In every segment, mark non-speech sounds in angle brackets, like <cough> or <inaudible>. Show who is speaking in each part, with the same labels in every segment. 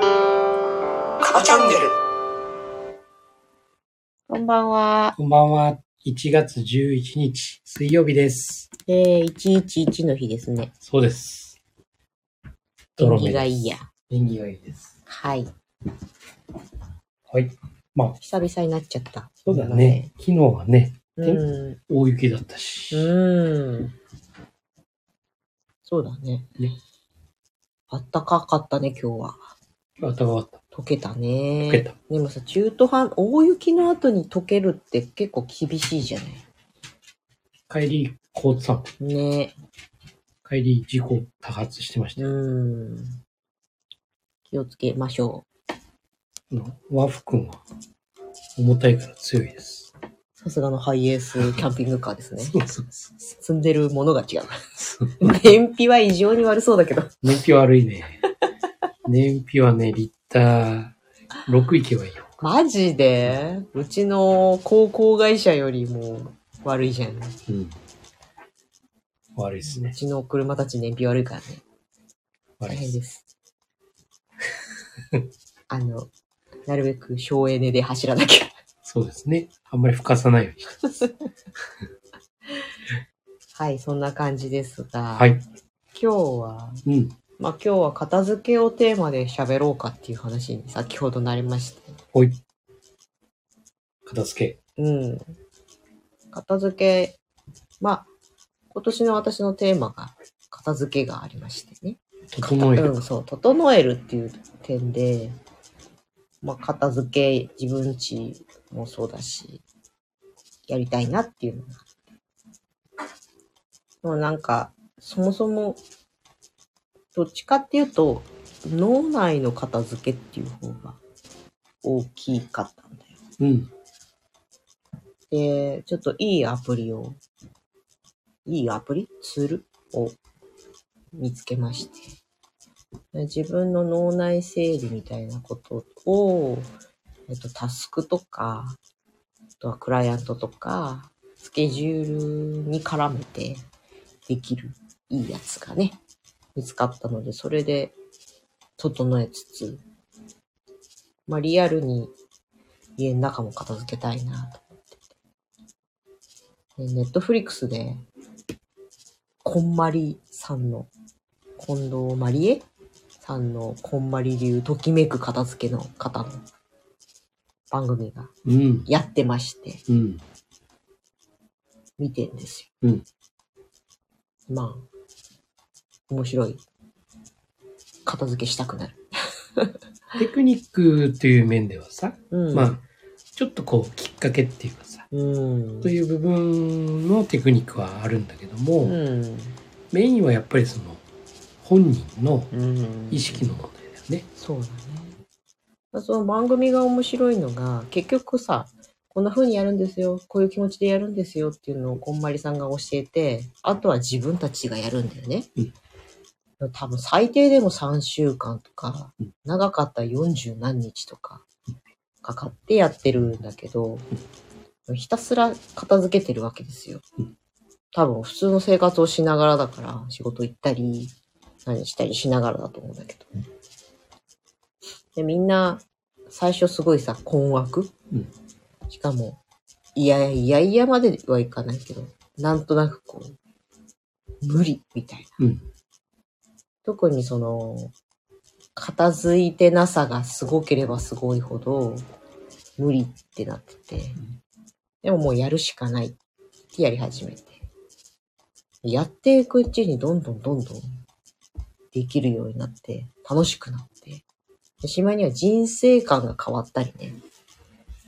Speaker 1: カバチャンネル
Speaker 2: こんばんは。
Speaker 3: こんばんは。1月11日、水曜日です。
Speaker 2: えー、111の日ですね。
Speaker 3: そうです。
Speaker 2: 天
Speaker 3: 泥
Speaker 2: 気
Speaker 3: 目
Speaker 2: がいいや。。
Speaker 3: 縁起がいいです。
Speaker 2: はい。
Speaker 3: はい。まあ、
Speaker 2: 久々になっちゃった。
Speaker 3: そうだね。。昨日はね、
Speaker 2: うん。
Speaker 3: 大雪だったし。
Speaker 2: うん。そうだね。
Speaker 3: ね
Speaker 2: あったかかったね、今日は。
Speaker 3: 暖かかった。
Speaker 2: 溶けたね。
Speaker 3: 溶けた。
Speaker 2: でもさ、中途半、大雪の後に溶けるって結構厳しいじゃない
Speaker 3: 帰り、交通散歩。
Speaker 2: ね。
Speaker 3: 帰り、事故多発してました。
Speaker 2: うん。気をつけましょう。
Speaker 3: あの和服君は、重たいから強いです。
Speaker 2: さすがのハイエースキャンピングカーですね。
Speaker 3: そうそうそう
Speaker 2: 積んでるものが違う。
Speaker 3: そう。
Speaker 2: <laughs> 燃費は異常に悪そうだけど。
Speaker 3: 燃費悪いね。 <laughs> 燃費はね、リッター6いけばいいよ。
Speaker 2: マジでうちの航空会社よりも悪いじゃん。う
Speaker 3: うん。悪いですね。
Speaker 2: ちの車たち燃費悪いからね。大
Speaker 3: 悪いで
Speaker 2: 変
Speaker 3: す。
Speaker 2: です。 <laughs> あの、なるべく省エネで走らなきゃ。
Speaker 3: そうですね。あんまり吹かさないように。
Speaker 2: はい、そんな感じですが、
Speaker 3: はい。
Speaker 2: 今日は、
Speaker 3: うん。
Speaker 2: まあ今日は片付けをテーマで喋ろうかっていう話に先ほどなりまして。
Speaker 3: ほい。片付
Speaker 2: うん。片付け、まあ、今年の私のテーマが、片付けがありましてね。
Speaker 3: け。整える。
Speaker 2: うん、そう、整えるっていう点で、まあ、片付け、自分ちもそうだし、やりたいなっていうのが。でもなんか、そもそも、どっちかっていうと、脳内の片付けっていう方が大きかったんだよ。
Speaker 3: うん。
Speaker 2: で、ちょっといいアプリを、いいアプリツールを見つけまして。で自分の脳内整理みたいなことを、えっと、タスクとか、あとはクライアントとか、スケジュールに絡めてできるいいやつがね、見つかったので、それで整えつつ、まあ、リアルに家の中も片付けたいなと。ネットフリックスで、こんまりさんの、近藤まりえさんのこんまり流ときめく片付けの方の番組が
Speaker 3: うん。
Speaker 2: やってまして、
Speaker 3: うん。
Speaker 2: 見てんですよ。
Speaker 3: うん。
Speaker 2: まあ、面白い。片付けしたくなる。
Speaker 3: テクニックという面ではさ、
Speaker 2: うん。
Speaker 3: まあ、ちょっとこう、きっかけっていうかさ、
Speaker 2: うん。
Speaker 3: という部分のテクニックはあるんだけども、
Speaker 2: うん。
Speaker 3: メインはやっぱりその、本人の
Speaker 2: うん。
Speaker 3: 意識の問題だよね。
Speaker 2: そうだね。まあその番組が面白いのが、結局さ、こんな風にやるんですよ、こういう気持ちでやるんですよっていうのをこんまりさんが教えて、あとは自分たちがやるんだよね。多分最低でも3週間とか
Speaker 3: うん、
Speaker 2: 長かったら40何日とかかかってやってるんだけど、ひたすら片付けてるわけですよ
Speaker 3: うん。
Speaker 2: 多分普通の生活をしながらだから、仕事行ったり、何したりしながらだと思うんだけど。で、みんな、最初すごいさ、困惑。
Speaker 3: うん
Speaker 2: しかも、いやいやいやまではいかないけど、なんとなくこう、無理みたいな。
Speaker 3: うん
Speaker 2: 特にその、片付いてなさがすごければすごいほど、無理ってなってて、でももうやるしかないってやり始めて。やっていくうちにどんどんどんどんできるようになって、楽しくなって、でしまいには人生観が変わったりね、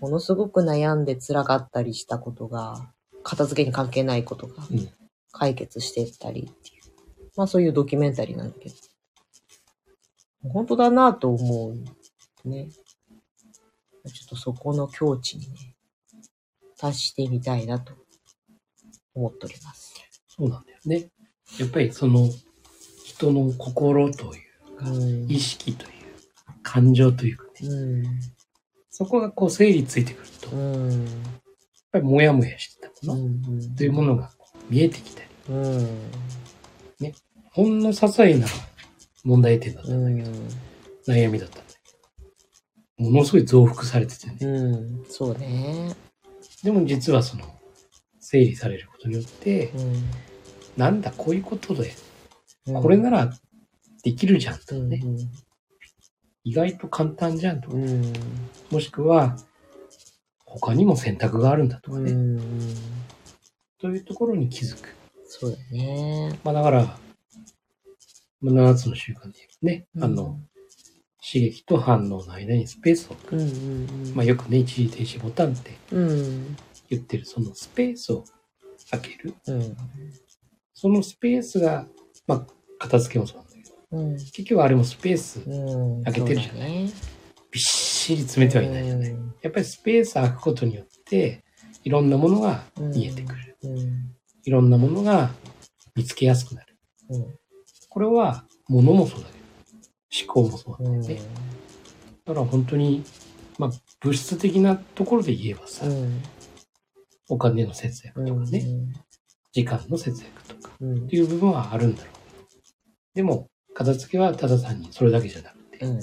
Speaker 2: ものすごく悩んで辛かったりしたことが、片付けに関係ないことが
Speaker 3: うん
Speaker 2: 解決していったりっていう、まあそういうドキュメンタリーなんだけど、本当だなと思うね。ちょっとそこの境地にね、達してみたいなと思っております。
Speaker 3: そうなんだよね。やっぱりその、人の心という
Speaker 2: うん
Speaker 3: 意識という感情というかね、
Speaker 2: うん。
Speaker 3: そこがこう整理ついてくると、やっ
Speaker 2: うん。
Speaker 3: ぱりモヤモヤしてた
Speaker 2: う
Speaker 3: もの
Speaker 2: ん。
Speaker 3: というものが見えてきたり、
Speaker 2: うん。
Speaker 3: ほんの些細な問題点だった、
Speaker 2: うん。
Speaker 3: 悩みだったんだけど、ものすごい増幅されててね。
Speaker 2: うん。そうね。
Speaker 3: でも実はその、整理されることによって、
Speaker 2: う
Speaker 3: なんだこういうことで、
Speaker 2: ん。
Speaker 3: これならできるじゃんとか
Speaker 2: うん。
Speaker 3: ね、意外と簡単じゃんとか
Speaker 2: う、ん。
Speaker 3: もしくは、他にも選択があるんだとか
Speaker 2: う
Speaker 3: ね、
Speaker 2: ん。
Speaker 3: というところに気づく。
Speaker 2: そうだね。
Speaker 3: まあだから、まあ7つの習慣で言うとね、あの、刺激と反応の間にスペースを、
Speaker 2: うんうんうん。
Speaker 3: まあよくね、一時停止ボタンって
Speaker 2: うん。
Speaker 3: 言ってる、そのスペースを開ける。
Speaker 2: うん。
Speaker 3: そのスペースが、まあ、片付けもそうなんだけど、
Speaker 2: うん。
Speaker 3: 結局あれもスペース
Speaker 2: うん。
Speaker 3: 開けてるじゃ
Speaker 2: ない。
Speaker 3: びっしり詰めてはいないよね。やっぱりスペース開くことによって、いろんなものが見えてくる。
Speaker 2: うん。
Speaker 3: いろんなものが見つけやすくなる。
Speaker 2: うん。
Speaker 3: これは、物もそうだけど、思考もそ
Speaker 2: う
Speaker 3: うなん
Speaker 2: ん。
Speaker 3: だよね。だから本当に、まあ、物質的なところで言えばさ、
Speaker 2: うん。
Speaker 3: お金の節約とかね、時間の節約とか
Speaker 2: うん。
Speaker 3: っていう部分はあるんだろうけど。でも、片付けはただ単にそれだけじゃなくて、
Speaker 2: う
Speaker 3: やっ
Speaker 2: ん。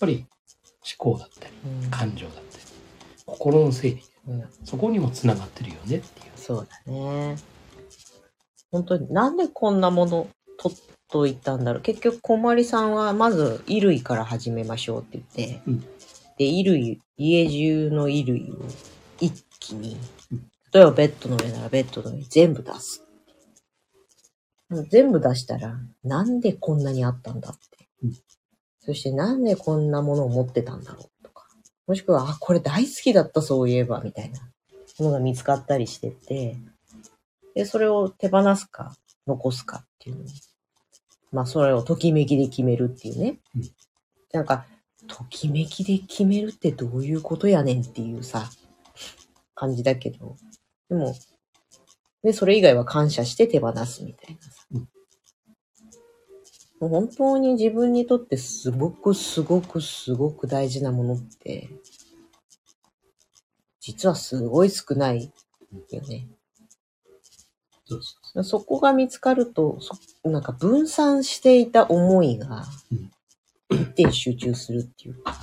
Speaker 3: ぱり思考だったり、感情だったり、心の整理、
Speaker 2: うん。
Speaker 3: そこにもつながってるよねっていう。
Speaker 2: そうだね。本当になんでこんなもの取っといたんだろう。結局、こまりさんはまず衣類から始めましょうって言って、
Speaker 3: うん
Speaker 2: で、衣類、家中の衣類を一気に、例えばベッドの上ならベッドの上に全部出す。全部出したら、なんでこんなにあったんだって。
Speaker 3: うん
Speaker 2: そしてなんでこんなものを持ってたんだろうとか。もしくは、あ、これ大好きだった、そういえば、みたいなものが見つかったりしてて、で、それを手放すか、残すかっていうのをまあ、それをときめきで決めるっていうね。
Speaker 3: うん
Speaker 2: なんか、ときめきで決めるってどういうことやねんっていうさ、感じだけど、でも、で、それ以外は感謝して手放すみたいなさ。
Speaker 3: うん
Speaker 2: もう本当に自分にとってすごくすごくすごく大事なものって、実はすごい少ないよね。
Speaker 3: そうそうそ
Speaker 2: そこが見つかると、そなんか分散していた思いが
Speaker 3: うん、
Speaker 2: 一点集中するっていうか、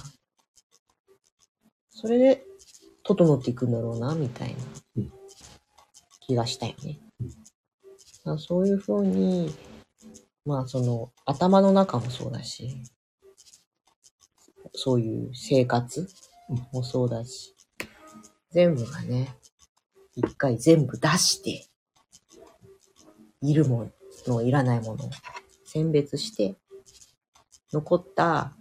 Speaker 2: それで整っていくんだろうな、みたい
Speaker 3: うん
Speaker 2: な気がしたよね
Speaker 3: うん。
Speaker 2: まあそういうふうに、まあその頭の中もそうだし、そういう生活
Speaker 3: うん
Speaker 2: もそうだし、全部がね、一回全部出して、いるもの、いらないものを選別して、残った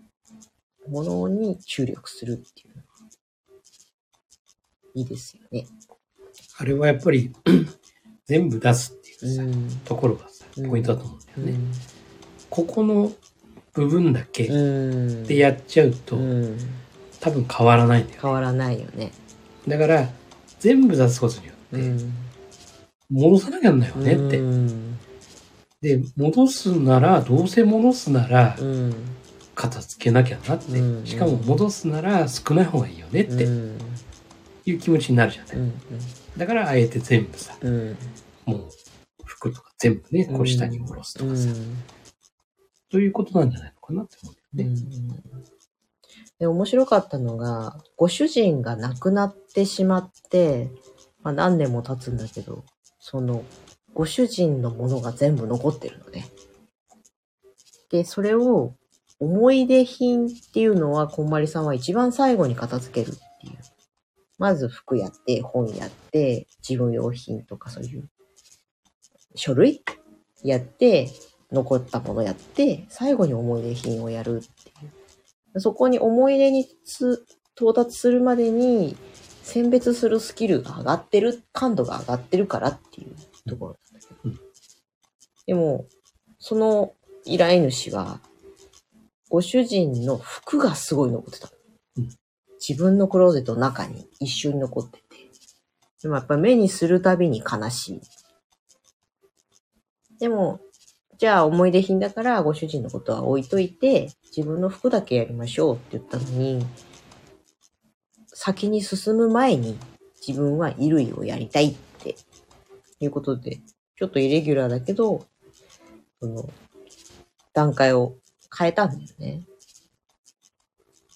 Speaker 2: ものに注力するっていうのがいいですよね。
Speaker 3: うあれはやっぱり <clears throat> 全部出すっていうさ、
Speaker 2: ん。
Speaker 3: ところがさ、
Speaker 2: うん
Speaker 3: ポイントだと思うんだよね。
Speaker 2: ね。
Speaker 3: ここの部分だけ
Speaker 2: うん。
Speaker 3: でやっちゃうと、
Speaker 2: うん、
Speaker 3: 多分変わらないんだよ。
Speaker 2: 変わらないよね。
Speaker 3: だから、全部出すことによって、
Speaker 2: ん。
Speaker 3: 戻さなきゃなんだよねって。
Speaker 2: うん。
Speaker 3: で、戻すなら、どうせ戻すなら
Speaker 2: う、ん。
Speaker 3: 片付けなきゃなって。
Speaker 2: うん
Speaker 3: しかも戻すなら少ない方がいいよねっ
Speaker 2: う
Speaker 3: て
Speaker 2: ん。
Speaker 3: いう気持ちになるじゃない。
Speaker 2: うん。
Speaker 3: だから、あえて全部さ、
Speaker 2: うん。
Speaker 3: もう、服とか全部ね、こう下に下ろすとかさ、ということなんじゃないのかなって思うよね。
Speaker 2: うんで面白かったのがご主人が亡くなってしまって、まあ、何年も経つんだけどそのご主人のものが全部残ってるのね。でそれを思い出品っていうのはこんまりさんは一番最後に片付けるっていう。まず服やって本やって自分用品とかそういう書類やって残ったものやって、最後に思い出品をやるっていう。そこに思い出につ到達するまでに、選別するスキルが上がってる、感度が上がってるからっていうところなんだけど。
Speaker 3: うん
Speaker 2: でも、その依頼主は、ご主人の服がすごい残ってた。
Speaker 3: うん
Speaker 2: 自分のクローゼットの中に一緒に残ってて。でもやっぱ目にするたびに悲しい。でも、じゃあ思い出品だからご主人のことは置いといて、自分の服だけやりましょうって言ったのに、先に進む前に自分は衣類をやりたいっていうことで、ちょっとイレギュラーだけど、その、段階を変えたんだよね。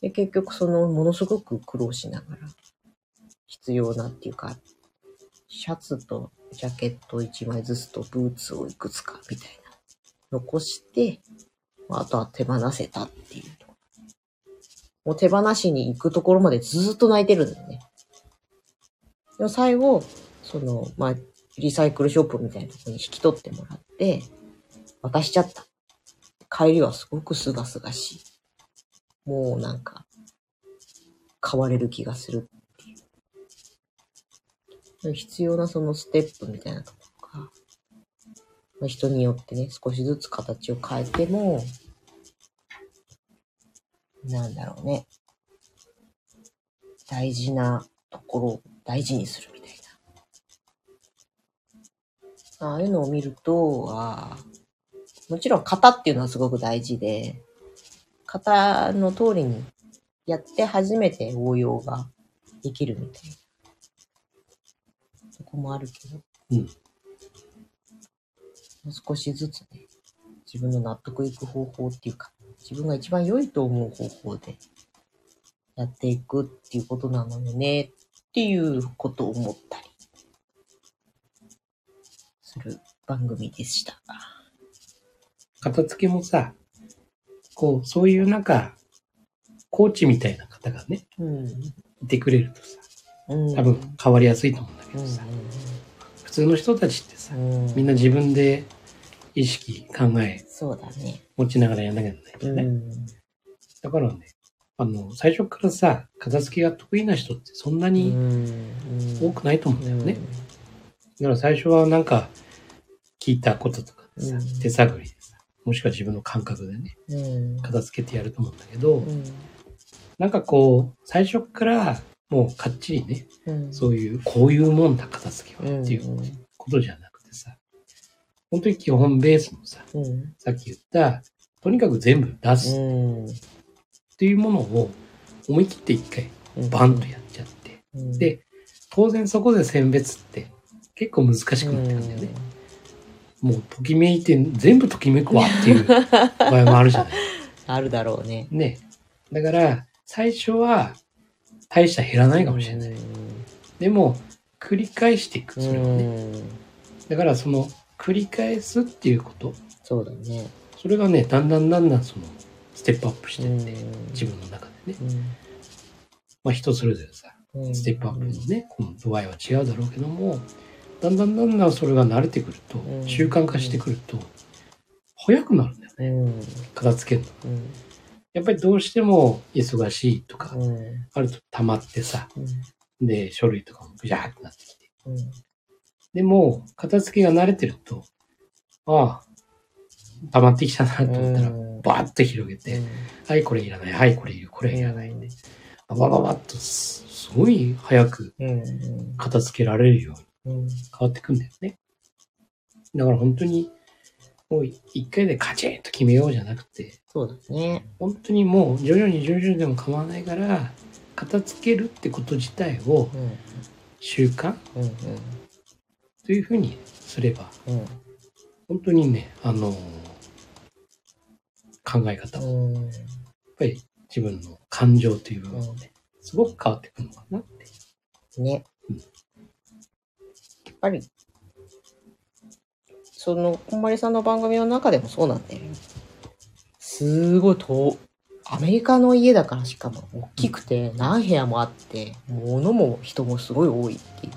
Speaker 2: で、結局その、ものすごく苦労しながら、必要なっていうか、シャツとジャケット1枚ずつとブーツをいくつかみたいな、残して、まああとは手放せたっていうと。もう手放しに行くところまでずーっと泣いてるんだよね。でも最後、その、まあ、リサイクルショップみたいなところに引き取ってもらって、渡しちゃった。帰りはすごくすがすがしい。もうなんか、変われる気がする必要なそのステップみたいなところが、まあ、人によってね、少しずつ形を変えても、なんだろうね。大事なところを大事にするみたいな。ああいうのを見ると、ああもちろん型っていうのはすごく大事で、型の通りにやって初めて応用ができるみたいな。そこもあるけど。
Speaker 3: うん
Speaker 2: もう少しずつね、自分の納得いく方法っていうか、自分が一番良いと思う方法でやっていくっていうことなのよねっていうことを思ったりする番組でした。
Speaker 3: 片付けもさ、こう、そういうなんか、コーチみたいな方がね、
Speaker 2: うん。
Speaker 3: いてくれるとさ、
Speaker 2: うん。
Speaker 3: 多分変わりやすいと思うんだけ
Speaker 2: うん、
Speaker 3: どさ、
Speaker 2: う
Speaker 3: 普通の人たちってさ、
Speaker 2: ん。うん。
Speaker 3: み
Speaker 2: な。
Speaker 3: んな自分で意識、考え、
Speaker 2: そうだね。
Speaker 3: 持ちながらやんなきゃいけないからね。
Speaker 2: うん。
Speaker 3: だからね、あの、最初からさ、片付けが得意な人ってそんなに
Speaker 2: うん
Speaker 3: 多くないと思うんだよね。
Speaker 2: うん
Speaker 3: だから最初はなんか、聞いたこととかでさ、
Speaker 2: うん
Speaker 3: 手探りでさ、もしくは自分の感覚でね、
Speaker 2: うん。
Speaker 3: 片付けてやると思うんだけど、
Speaker 2: うん
Speaker 3: なんかこう、最初からもうかっちりね、
Speaker 2: うん。
Speaker 3: そういう、こういうもんだ、片付けはっていう
Speaker 2: うん
Speaker 3: ことじゃなくてさ、本当に基本ベースのさ、
Speaker 2: うん。
Speaker 3: さっき言った、とにかく全部出すっ
Speaker 2: うん。
Speaker 3: ていうものを思い切って一回
Speaker 2: うん
Speaker 3: バンとやっちゃって、で当然そこで選別って結構難しくなってくるんだよね。もうときめいて全部ときめくわっていう場合もあるじ
Speaker 2: <laughs>
Speaker 3: ゃない。
Speaker 2: うんあるだろうね。
Speaker 3: ね。だから最初は大した減らないかもしれない。でも繰り返してい
Speaker 2: う
Speaker 3: く。
Speaker 2: ん。
Speaker 3: それをね。
Speaker 2: うん
Speaker 3: だからその繰り返すっていうこと。
Speaker 2: そうだね。
Speaker 3: それがね、だんだんだんだんそのステップアップして
Speaker 2: う
Speaker 3: っ
Speaker 2: ん
Speaker 3: て、自分の中でね。
Speaker 2: う
Speaker 3: まあ人それぞれさ、
Speaker 2: んうん
Speaker 3: ステップアップのね、この度合いは違うだろうけども、だんだんだんだんそれが慣れてくると
Speaker 2: う、ん
Speaker 3: 習慣化してくると、早くなるんだよね、
Speaker 2: うんうん
Speaker 3: 片付けるの。やっぱりどうしても忙しいとか
Speaker 2: う、ん
Speaker 3: あると溜まってさ、
Speaker 2: うん
Speaker 3: で、書類とかもぐちゃーってなってきて。
Speaker 2: うん
Speaker 3: でも、片付けが慣れてると、ああ、溜まってきたなと思ったら、
Speaker 2: うん
Speaker 3: バーッと広げて、はい、これいらない、はい、これいる、これいらないね。ババババッとす、すごい早く
Speaker 2: うんうん
Speaker 3: 片付けられるように
Speaker 2: うん
Speaker 3: 変わってくんだよね。だから本当に、もう一回でカチンと決めようじゃなくて、
Speaker 2: そうだね。
Speaker 3: 本当にもう徐々に徐々にでも構わないから、片付けるってこと自体を
Speaker 2: うん
Speaker 3: 習慣
Speaker 2: うん
Speaker 3: というふうにすれば、
Speaker 2: うん
Speaker 3: 本当にね、あのー考え方、やっ
Speaker 2: うんうん
Speaker 3: ぱり自分の感情という部分もね、すごく変わってくるのかなって。
Speaker 2: ね。
Speaker 3: うん
Speaker 2: やっぱり、その、こんまりさんの番組の中でもそうなんだよね。すごい遠、アメリカの家だからしかも大きくて何部屋もあって、物も人もすごい多いっていう。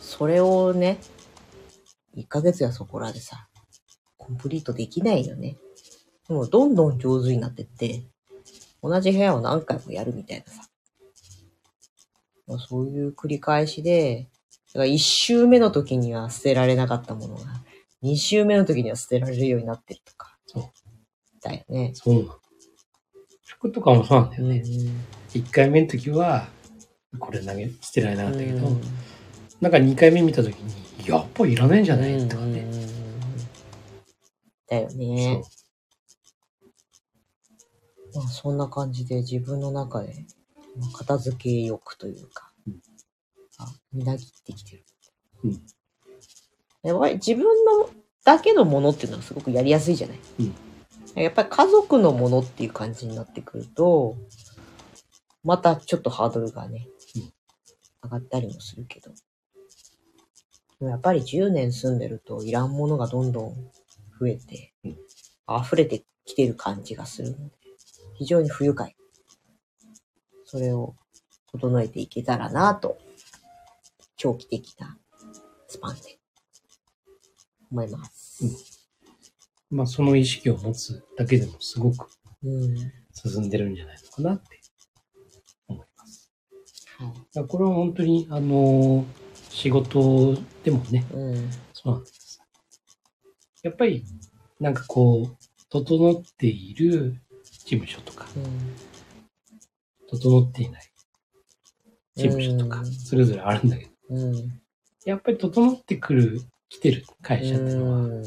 Speaker 2: それをね、1ヶ月やそこらでさ、コンプリートできないよね。でもどんどん上手になってって、同じ部屋を何回もやるみたいなさ。まあ、そういう繰り返しで、だから一周目の時には捨てられなかったものが、二周目の時には捨てられるようになってるとか。
Speaker 3: そう
Speaker 2: だよね。
Speaker 3: そうなの。服とかもそうなんだよね。
Speaker 2: ん。
Speaker 3: 一回目の時は、これ投げ捨てられなかったけど、
Speaker 2: うん
Speaker 3: なんか2回目見た時に、やっぱいらないんじゃないとか
Speaker 2: う
Speaker 3: ね。
Speaker 2: んうんうんだよね。まあそんな感じで自分の中でまあ片付け欲というか
Speaker 3: うん、
Speaker 2: あ、みなぎってきてる。
Speaker 3: うん
Speaker 2: やっぱり自分のだけのものっていうのはすごくやりやすいじゃない。
Speaker 3: うん
Speaker 2: やっぱり家族のものっていう感じになってくると、またちょっとハードルがね
Speaker 3: う
Speaker 2: 上
Speaker 3: ん、
Speaker 2: がったりもするけど。でもやっぱり10年住んでるといらんものがどんどん増えて
Speaker 3: うん、
Speaker 2: 溢れてきてる感じがするので、非常に不愉快。それを整えていけたらなと、長期的なスパンで、思います。
Speaker 3: まあ、その意識を持つだけでもすごく
Speaker 2: うん。
Speaker 3: 進んでるんじゃないのかなって思います。
Speaker 2: はい。
Speaker 3: だからこれは本当に、あのー仕事でもね、
Speaker 2: うん。
Speaker 3: そうなんです。やっぱり、なんかこう、整っている事務所とか、
Speaker 2: うん。
Speaker 3: 整っていない事務所とか
Speaker 2: う、ん
Speaker 3: それぞれあるんだけど、
Speaker 2: うん。
Speaker 3: やっぱり整ってくる、来てる会社っていうのは、
Speaker 2: うん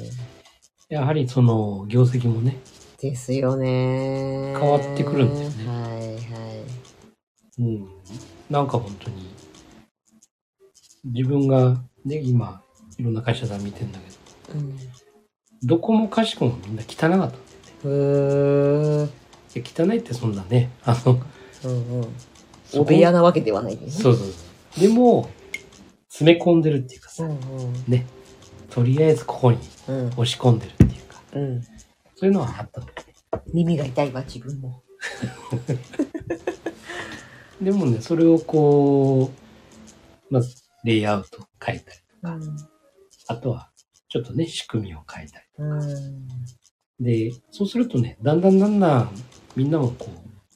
Speaker 3: やはりその業績もね、
Speaker 2: ですよね。
Speaker 3: 変わってくるんだよね
Speaker 2: はいはい。
Speaker 3: うん、なんか本当に、自分がね、今、いろんな会社さん見てんだけど、
Speaker 2: うん。
Speaker 3: どこもかしこもみんな汚かったんだよね。
Speaker 2: うーん。
Speaker 3: いや汚いってそんなね、あの、
Speaker 2: うんうん。
Speaker 3: そ
Speaker 2: お
Speaker 3: こ
Speaker 2: 部屋なわけではないですね。
Speaker 3: そうそうそう。でも、詰め込んでるっていうか
Speaker 2: う
Speaker 3: さ、
Speaker 2: ん
Speaker 3: ね。とりあえずここに
Speaker 2: うん。うん。
Speaker 3: 押し込んでるっていうか、
Speaker 2: うん。
Speaker 3: そういうのはあったんだよね。
Speaker 2: 耳が痛いわ、自分も。
Speaker 3: でもね、それをこう、まず、レイアウト変えたり、
Speaker 2: うん。
Speaker 3: あとは、ちょっとね、仕組みを変えた
Speaker 2: うん。
Speaker 3: り。で、そうするとね、だんだんだんだん、みんなもこう、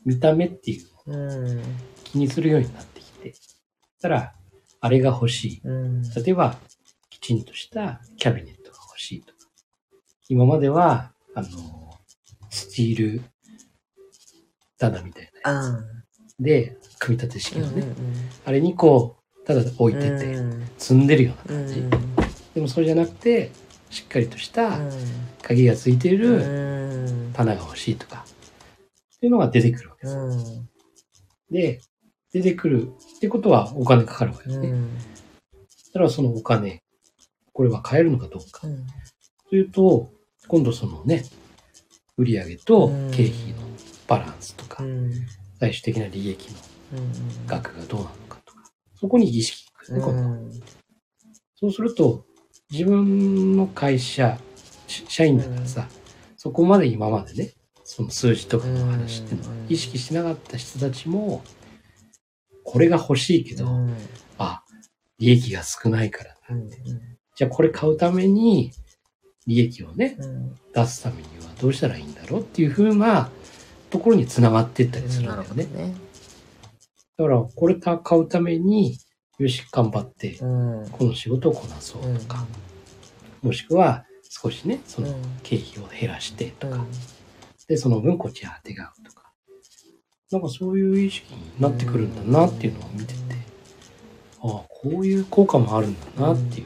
Speaker 3: 見た目っていうのを
Speaker 2: うん。
Speaker 3: 気にするようになってきて、そしたら、あれが欲しい。
Speaker 2: うん。
Speaker 3: 例えば、きちんとしたキャビネットが欲しいとか。今までは、あの、スチール棚みたいなや
Speaker 2: あ
Speaker 3: つで、組み立て
Speaker 2: う
Speaker 3: 式
Speaker 2: ん
Speaker 3: の
Speaker 2: う
Speaker 3: ね、
Speaker 2: ん
Speaker 3: あれにこう、ただ置いてて、
Speaker 2: うん
Speaker 3: 積んでるよう
Speaker 2: う
Speaker 3: な感じ。
Speaker 2: ん
Speaker 3: でもそうじゃなくて、しっかりとした
Speaker 2: うん
Speaker 3: 鍵がついて
Speaker 2: う
Speaker 3: る
Speaker 2: ん
Speaker 3: 棚が欲しいとか、っていうのが出てくるわけです。で、出てくるってことはお金かかるわけで
Speaker 2: う
Speaker 3: す
Speaker 2: ん
Speaker 3: ね。そしたらそのお金、これは買えるのかどうか
Speaker 2: う。ん
Speaker 3: というと、今度そのね、売上と
Speaker 2: うん
Speaker 3: 経費のバランスとか、
Speaker 2: うん
Speaker 3: 最終的な利益の
Speaker 2: うん
Speaker 3: 額がどうなのかとか、そこに意識がいくね、今度
Speaker 2: うん
Speaker 3: そうすると、自分の会社、し社員だからさ、そこまで今までね、その数字とかの話っていうのは
Speaker 2: うん
Speaker 3: 意識しなかった人たちも、これが欲しいけど、
Speaker 2: うん
Speaker 3: あ、利益が少ないから、
Speaker 2: うん
Speaker 3: じゃあこれ買うために、利益をね、
Speaker 2: うん
Speaker 3: 出すためにはどうしたらいいんだろうっていう風なところにつながっていったりするんだよね。だからこれか買うためによし頑張って
Speaker 2: うん
Speaker 3: この仕事をこなそうとか、もしくは少しねその経費を減らしてとか、でその分こっちにあてがうとかなんかそういう意識になってくるんだなっていうのを見てて、ああこういう効果もあるんだなっていうね、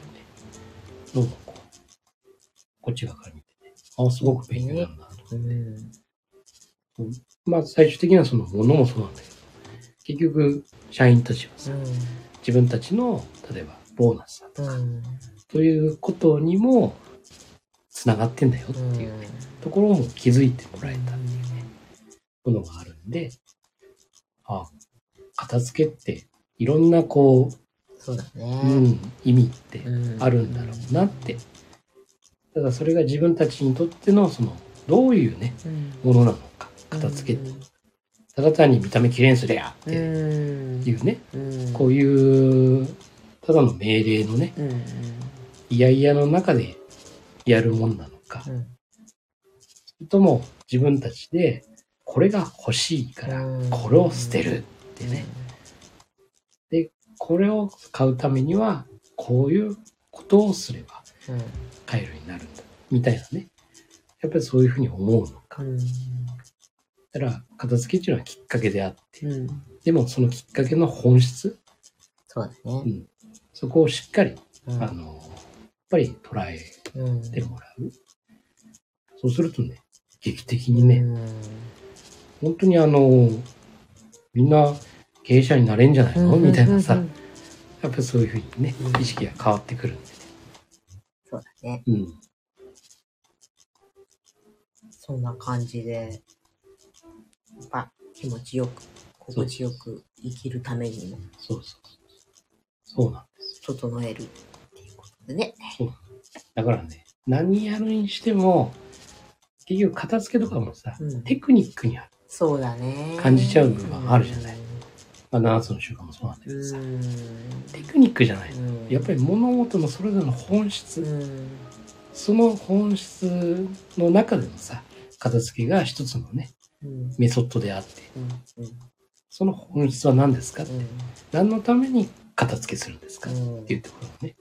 Speaker 3: のをこうこっち側から見ててああすごく勉強になるなと。
Speaker 2: うん
Speaker 3: まあ最終的にはそのものもそうなんだけど、結局社員たちはさ、自分たちの例えばボーナスだ
Speaker 2: うん
Speaker 3: ということにもつながってんだよっていうところも気づいてもらえたものがあるんで、あ、片付けっていろんなこ
Speaker 2: そうだ
Speaker 3: う、
Speaker 2: ね
Speaker 3: うん、意味って
Speaker 2: うん
Speaker 3: あるんだろうなって。ただそれが自分たちにとってのその、どういうね、
Speaker 2: うん
Speaker 3: ものなのか、片付けって。ただ単に見た目きれいにすりゃっていう
Speaker 2: うん
Speaker 3: いうね、
Speaker 2: うん
Speaker 3: こういう、ただの命令のね、
Speaker 2: うんうん
Speaker 3: いやいやの中でやるもんなのか、
Speaker 2: う
Speaker 3: そ
Speaker 2: ん
Speaker 3: れとも自分たちで、これが欲しいから
Speaker 2: うん、
Speaker 3: これを捨てるってね、これを買うためには、こういうことをすれば
Speaker 2: うん
Speaker 3: 買えるようになるんだ、みたいなね。やっぱりそういうふうに思うのか。だから、片付けっていうのはきっかけであって、
Speaker 2: うん
Speaker 3: でもそのきっかけの本質、
Speaker 2: そうだね
Speaker 3: そこをしっかり、
Speaker 2: うん
Speaker 3: あの、やっぱり捉え
Speaker 2: うん
Speaker 3: ってもらう。そうするとね、劇的にね、
Speaker 2: うん
Speaker 3: 本当にあの、みんな経営者になれんじゃないの、
Speaker 2: うん
Speaker 3: みたいなさ、
Speaker 2: うんうんうん
Speaker 3: やっぱりそういうふうにね
Speaker 2: うん
Speaker 3: 意識が変わってくるんでね
Speaker 2: そうだね。
Speaker 3: うん
Speaker 2: そんな感じで、やっぱ気持ちよく、心地よく生きるためにも
Speaker 3: そうそうそうそうなん
Speaker 2: 整えるっていうことでね。
Speaker 3: だからね何やるにしても結局片付けとかもさ、
Speaker 2: うん
Speaker 3: テクニックにある、
Speaker 2: そうだね。
Speaker 3: 感じちゃう部分あるじゃない
Speaker 2: うん。
Speaker 3: まあ、7つの習慣もそうなんだけどさ、
Speaker 2: う
Speaker 3: テクニックじゃないの
Speaker 2: ん。
Speaker 3: やっぱり物事のそれぞれの本質、
Speaker 2: うん。
Speaker 3: その本質の中でのさ片付けが一つのね
Speaker 2: うん。
Speaker 3: メソッドであって
Speaker 2: うん。うん。
Speaker 3: その本質は何ですか、
Speaker 2: うん。
Speaker 3: 何のために片付けするんですか、
Speaker 2: うん
Speaker 3: っていうところをね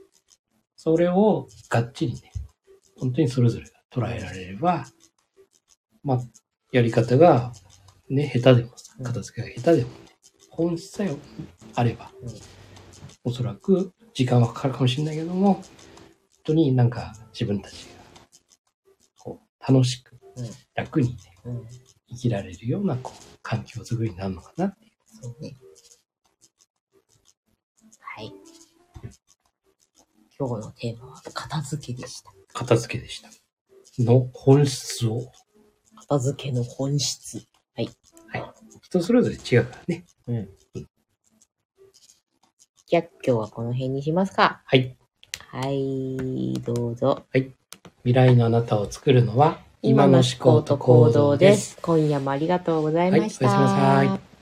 Speaker 3: それをがっちりね本当にそれぞれが捉えられればまあやり方がね下手でもさ
Speaker 2: うん
Speaker 3: 片付けが下手でもね本質さえあれば、
Speaker 2: うん
Speaker 3: おそらく時間はかかるかもしれないけども本当になんか自分たちがこう楽しく
Speaker 2: うん
Speaker 3: 楽にね
Speaker 2: うん。
Speaker 3: 生きられるようなこう環境づくりになるのかなって
Speaker 2: そうね。はい。今日のテーマは片付けでした。
Speaker 3: 片付けでした。の本質を。
Speaker 2: 片付けの本質。
Speaker 3: 人それぞれ違うからね。
Speaker 2: じゃあ今日はこの辺にしますか。
Speaker 3: はい。
Speaker 2: はい、どうぞ。
Speaker 3: 未来のあなたを作るのは今の思考と行動です。。
Speaker 2: 今夜もありがとうございました。
Speaker 3: はいおやすみなさい